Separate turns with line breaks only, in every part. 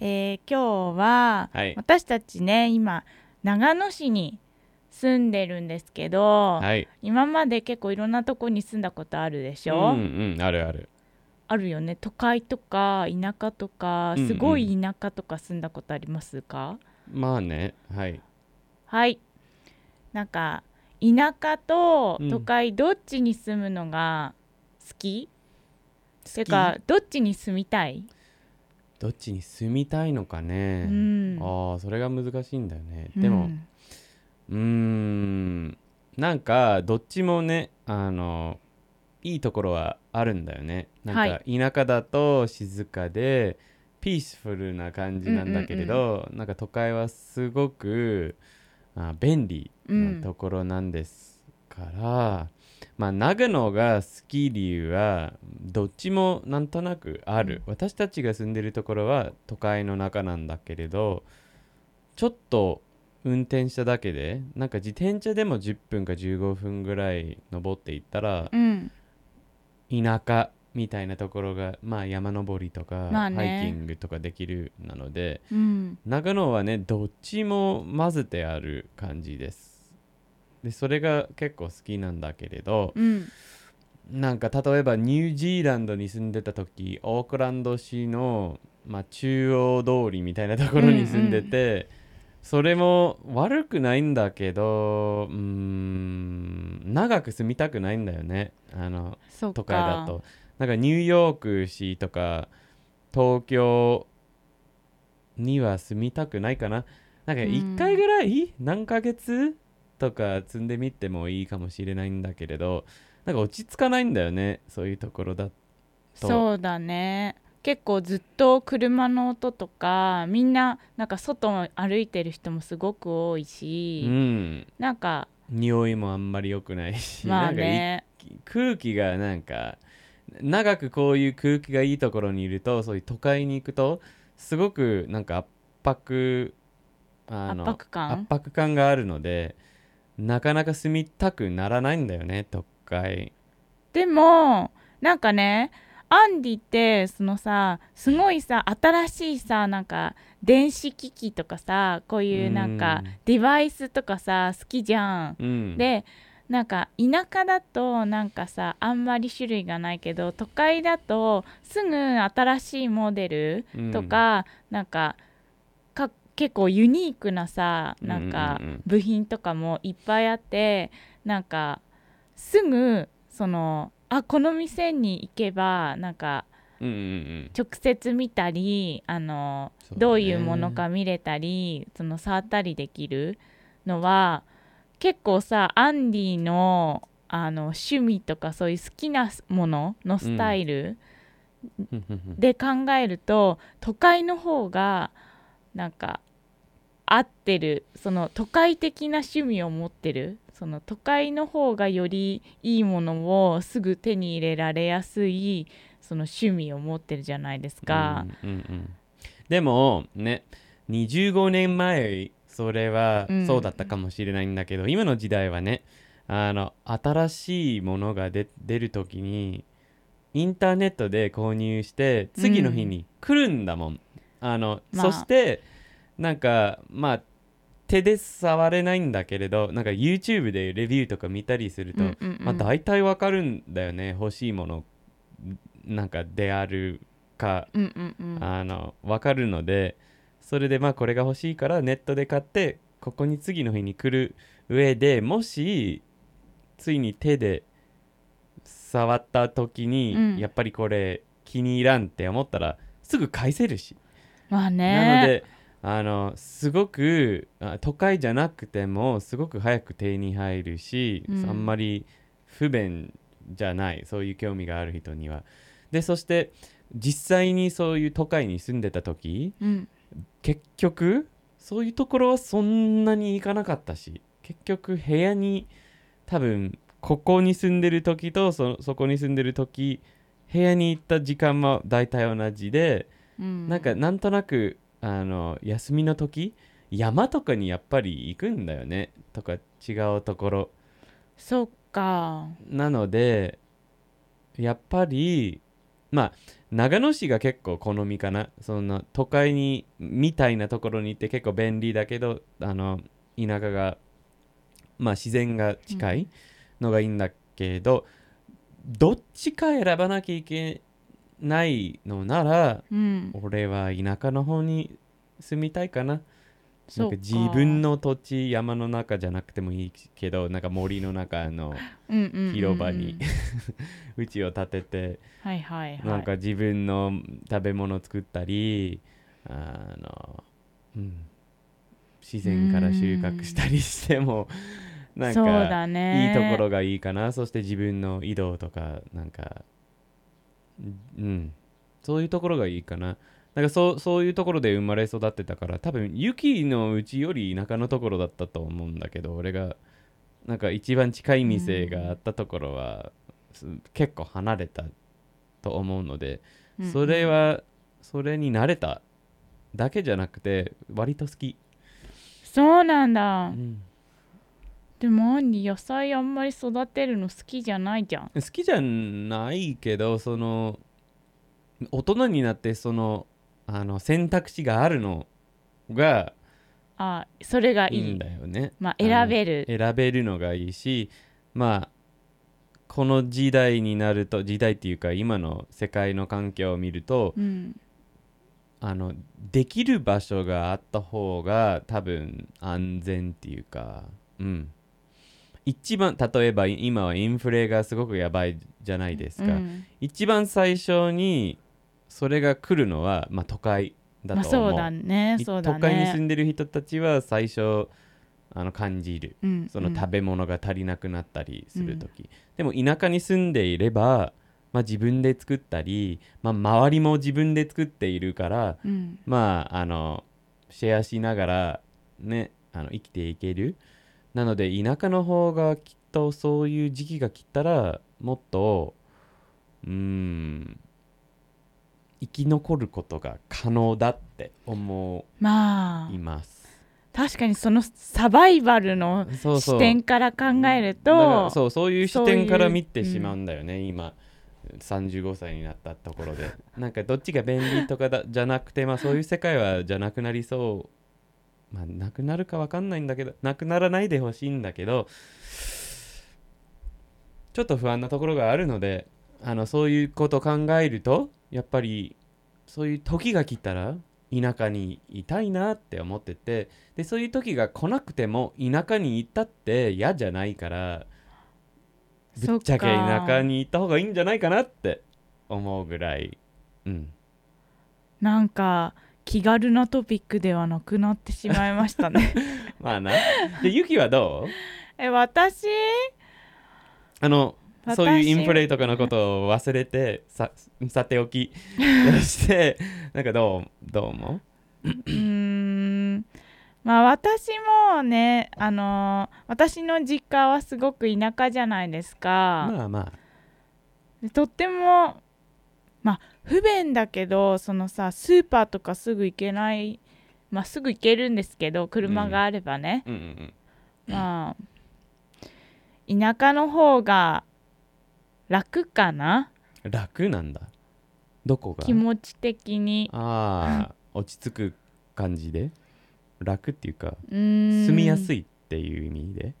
えー今日は、
はい
私たちね今長野市に住んでるんですけど、
はい。
今まで結構いろんなとこに住んだことあるでし
う
ょ、
んうん、あるある。
あるよね都会とか田舎とか
うんうん
すごい田舎とか住んだことありますか、
まあね、はい。
はいなんか田舎と
うん
都会どっちに住むのが好き、て
好き
かどっちに住みたい、
どっちに住みたいのかね。
うん
ああ、それが難しいんだよね。でも、うーんなんかどっちもねあのいいところはあるんだよねなん
は
か田舎だと静かでピースフルな感じなんだけれど、なんか都会はすごくあ便利なところなんですから、まあ長野が好き理由はどっちもなんとなくある、私たちが住んでるところは都会の中なんだけれどちょっと運転しただけでなんか自転車でも10分か15分ぐらい登っていったら
うん
田舎みたいなところがまあ山登りとか、
まあね
ハイキングとかできるなので
うん
長野はねどっちも混ぜてある感じですでそれが結構好きなんだけれど
うん
なんか例えばニュージーランドに住んでた時オークランド市の、まあ、中央通りみたいなところに住んでて、それも悪くないんだけどうーん長く住みたくないんだよねあの
そうか
都会だとなんかニューヨーク市とか東京には住みたくないかななんか
うん
1回ぐらい、何ヶ月とか積んでみてもいいかもしれないんだけれどなんか落ち着かないんだよねそういうところだと
そうだね結構ずっと車の音とかみんななんか外を歩いてる人もすごく多いうし、
ん
なんか
匂いもあんまり良くないし、
まあ
なんか
ね
い空気がなんか長くこういう空気がいいところにいるとそういう都会に行くとすごくなんか圧迫あ
圧
の
迫
圧
感
迫感があるのでなかなか住みたくならないんだよね都会
でもなんかねアンディってそのさすごいさ新しいさなんか電子機器とかさこういうなんか
うん
デバイスとかさ好きじゃん。
うん
でなんか田舎だとなんかさあんまり種類がないけど都会だとすぐ新しいモデル
うん
とか、なんかか結構ユニークなさなんか
うんうんうん
部品とかもいっぱいあってなんかすぐそのあこの店に行けばなんか
うんうんうん
直接見たりあの
そうだね
どういうものか見れたりその触ったりできるのは結構さアンディのあの趣味とかそういう好きなもののスタイル、
うんうんうん
で考えると都会の方がなんか合ってるその都会的な趣味を持ってるその都会の方がよりいいものをすぐ手に入れられやすいその趣味を持ってるじゃないですか。
うんうんうんでもね25年前それは
うん
そうだったかもしれないんだけど、今の時代はねあの新しいものが出出る時にインターネットで購入して次の日に来るんだもん、あの、
まあ
そしてなんかまあ手で触れないんだけれどなんか YouTube でレビューとか見たりすると、
うんうんうん
まあ、大体わかるんだよね欲しいものなんかであるか、
うんうんうん
あのわかるのでそれでまあこれが欲しいからネットで買ってここに次の日に来る上でもしついに手で触った時に、
うん
やっぱりこれ気に入らんって思ったらすぐ返せるし
まあ
なの
ね
であのすごくあ都会じゃなくてもすごく早く手に入るし、
うん
あんまり不便じゃないそういう興味がある人には。でそして実際にそういう都会に住んでた時
うん
結局そういうところはそんなに行かなかったし結局部屋に多分ここに住んでる時とそそこに住んでる時部屋に行った時間は大体同じで
うん
なんかなんとなくあの休みの時山とかにやっぱり行くんだよねとか違うところ
そうか
なのでやっぱりまあ長野市が結構好みかなそんな都会にみたいなところに行って結構便利だけどあの田舎がまあ自然が近いのがいいんだけど、どっちか選ばなきゃいけないのなら
うん、
俺は田舎の方に住みたいかなな
そ
ん
う
か
か
自分の土地山の中じゃなくてもいいけどなんか森の中 の広
広
場にうちを建てて
はいはいはい
なんか自分の食べ物作ったりあの、うん、自然から収穫したりしてもなん
そう
か
だ
いい
ね
ところがいいかなそして自分の移動とかなんかうんそういうところがいいかななんかそうそういうところで生まれ育ってたから多分ユキのうちより田舎のところだったと思うんだけど俺がなんか一番近い店があったところは、す結構離れたと思うので、
うん
それはそれに慣れただけじゃなくて割と好き、
そうなんだ
うん
でもアンディ野菜あんまり育てるの好きじゃないじゃん
好きじゃないけどその大人になってそのあの選択肢があるのが
あそれがい
い
い
いんだよね
まあ
あの
選べる
選べるのがいいしまあこの時代になると時代っていうか今の世界の環境を見ると
うん
あのできる場所があった方が多分安全っていうかうん一番例えば今はインフレがすごくやばいじゃないですか、
うん
一番最初にそれが来るのは、まあ、都会だ
まあ
と思,
そうう
い、
だねそうだね
都会に住んでる人たちは最初あの感じる
うん
その食
べ
べ物が足りなくなったりする時、でも田舎に住んでいれば、まあ、自分で作ったり、まあ、周りも自分で作っているから
うん
まああのシェアしながらねあの生きていけるなので田舎の方がきっとそういう時期が来たらもっとうーん生き残ることが可能だって思
まあ
います
確かにそのサバイバルの
そうそ
視
う
点から考える
だから
と
そうそういう視
そうい
点
う
から見て
うん
しまうんだよね、今35歳になったところで なんかどっちが便利とかだじゃなくて、まあ、そういう世界はじゃなくなりそう、まあ、なくなるかわかんないんだけどなくならないでほしいんだけどちょっと不安なところがあるのであのそういうことを考えるとやっぱりそういう時が来たら田舎にいたいなって思っててでそういう時が来なくても田舎に行ったって嫌じゃないからぶっちゃけ田舎に行った方がいいんじゃないかなって思うぐらい、うん、
なんか気軽なトピックではなくなってしまいました ね
まあなでユキはどう
え私
あのそういう
私
インフレとかのことを忘れてささてお きそしてなんかどうどう思
うーんまあ私もねあのー私の実家はすごく田舎じゃないです
う
か、
まあまあ
でとってもまあ不便だけどそのさスーパーとかすぐ行けないまあすぐ行けるんですけど車があればね、
うんうん
まあ田舎の方が楽かな
うん楽なんだどこが
気持ち的に
ああ落ち着く感じで楽っていうか
うーん
住みやすいっていう意味で、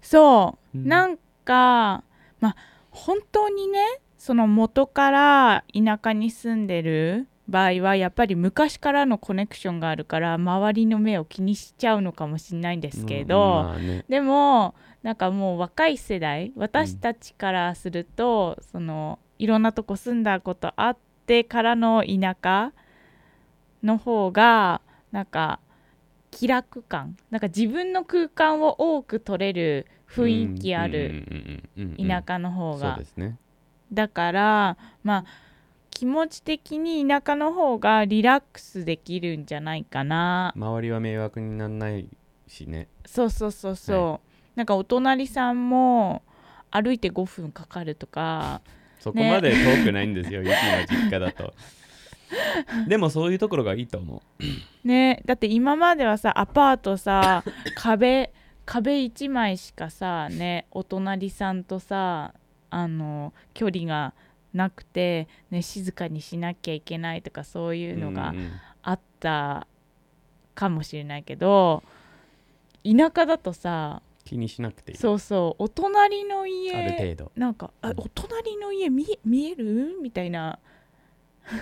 そう
う
なんかまあ本当にねその元から田舎に住んでる場合はやっぱり昔からのコネクションがあるから周りの目を気にしちゃうのかもしれないんですけど、
うんまあね
でもなんかもう若い世代私たちからすると、そのいろんなとこ住んだことあってからの田舎の方がなんか気楽感なんか自分の空間を多く取れる雰囲気ある
る
田舎の方が、
そうですね
だからまあ気持ち的に田舎の方がリラックスできるんじゃないかな
周りは迷惑にならないしね
そうそうそうそう、なんかお隣さんも歩いて5分かかるとか
そこまで遠くない んですよ、ユキの実家だとでもそういうところがいいと思
ねだって今まではさアパート さ壁壁1枚しかさねお隣さんとさあの距離がなくて、ね、静かにしなきゃいけないとかそういうのが
うんうん
あったかもしれないけど田舎だとさ
気にしなくていい
そうそうお隣の
ある
家
程度
なんかあ
うん
お隣の家見え見えるみたいな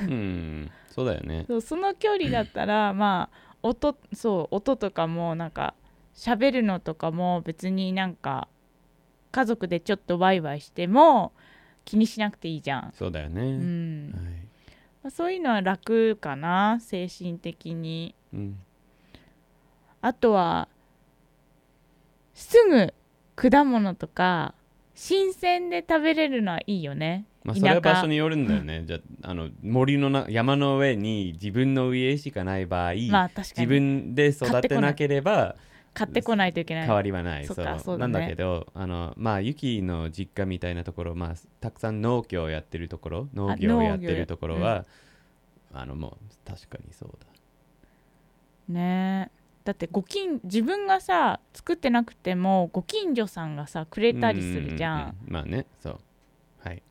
うんそうだよね
そうその距離だった ら、まあ音そう音とかもなんか喋るのとかも別になんか家族でちょっとワイワイしても気にしなくていいじゃん、
そうだよ
う
ね、
ん
はい
まあ、そういうのは楽かな精神的に
うん、
あとはすぐ果物とか新鮮で食べれるのはいいよね
まあ
田
それは
舎
場所によるんだよねじゃああの森のな山の上に自分の家しかない場合、
まあ確か
自
に
分で育てなければ
買ってこないといけない
変わりはない、
そっかそうだ
な
ね
んだけどあのまあユキの実家みたいなところ、まあ、たくさん農業をやってるところ農業をやってるところはあのもう確かにそうだ
ねえだってご近自分がさ作ってなくてもご近所さんがさくれたりするじゃん
うううまあねそうはい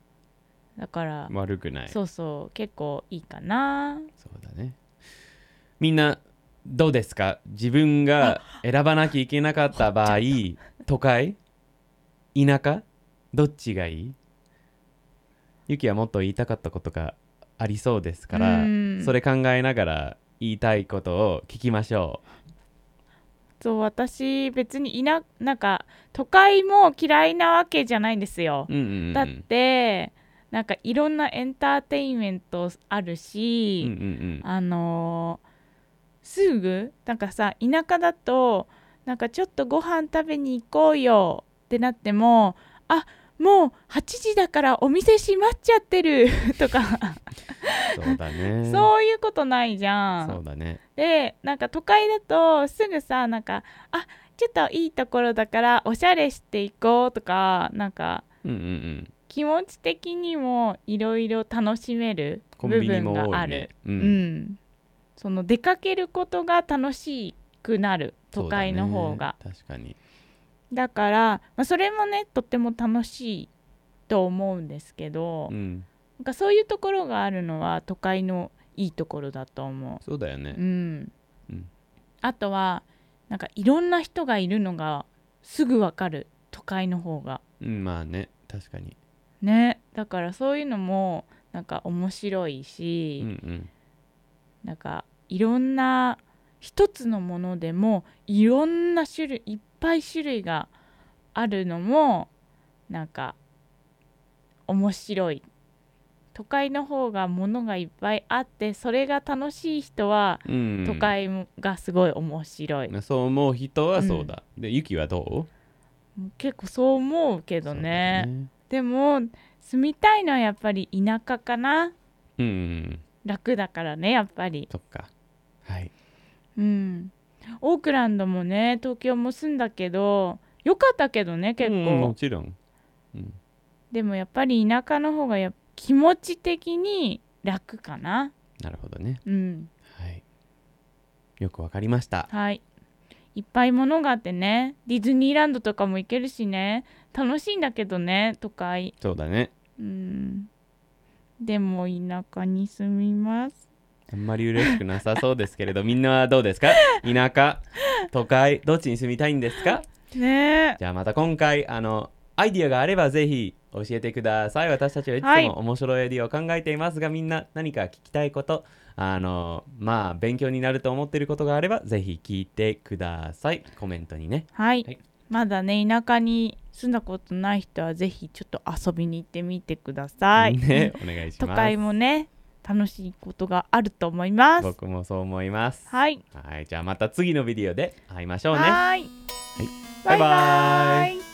だから、
悪くない
そうそう結構いいかな
そうだねみんなどうですか自分が選ばなきゃいけなかった場 合都会田舎どっちがいいユキはもっと言いたかったことがありそうですから
うん
それ考えながら言いたいことを聞きましょ
そう私別にいななんか都会も嫌いなわけじゃないんですよ
う、うんうんうん
だってなんかいろんなエンターテインメントある
う
し、
んうん
あのーすぐなんかさ田舎だとなんかちょっとご飯食べに行こうよってなってもあもう8時だからお店閉まっちゃってる とか、
うんそうだ ね
そういうことないじゃ。
そうんだね
でなんか都会だとすぐさなんかあちょっといいところだからおしゃれしていこうとかなんか
うんうんうん
気持ち的にもいろいろ楽しめる
コ
部
ンビニ
分
も
が
多
あ
い
る。
ねう
うんん、その出かけることが楽しくなる都会の方が
そうだね確かに
だ,、から、まあ、それもねとっても楽しいと思うんですけど、
うん
なんかそういうところがあるのは都会のいいところだと思
そうだよね
う、うん
うん
あとはなんかいろんな人がいるのがすぐわかる都会の方が
うんまあね確かに
ねだからそういうのもなんか面白いし、
うんうん
なんかいろんな一つのものでもいろんな種類いっぱい種類があるのもなんか面白い都会の方がものがいっぱいあってそれが楽しい人は
うん
都会がすごい面白い、
まあそう思う人はそうだ、でユキはどう
結構そう思うけ
そ
ど
うだ
ね
ね
でも住みたいのはやっぱり田舎かな
うんうん
楽だからねやっぱり
そっかはい
うん、オークランドもね東京も住んだけど良かったけどね結
うんも
構、
ちろん、うん、
でもやっぱり田舎の方がや気持ち的に楽かな
なるほどね
うん
はいよくわかりました
はいいっぱいものがあってねディズニーランドとかも行けるしね楽しいんだけどね都会
そうだね
うんでも田舎に住みます
あんまり嬉しくなさそうですけれどみんなはどうですか田舎都会どっちに住みたいんですか
ね
じゃあまた今回あのアイディアがあればぜひ教えてください私たちはいつ
はい
も面白いアイディアを考えていますが、みんな何か聞きたいことあのまあ勉強になると思っていることがあればぜひ聞いてくださいコメントにね
はい、
はい
まだね田舎に住んだことない人はぜひちょっと遊びに行ってみてください、
ねお願いし
都
ます
会もね楽しいことがあると思います
僕もそう思います
はい
はいじゃあまた次のビデオで会いましょうね
はーい
バイバイ
イ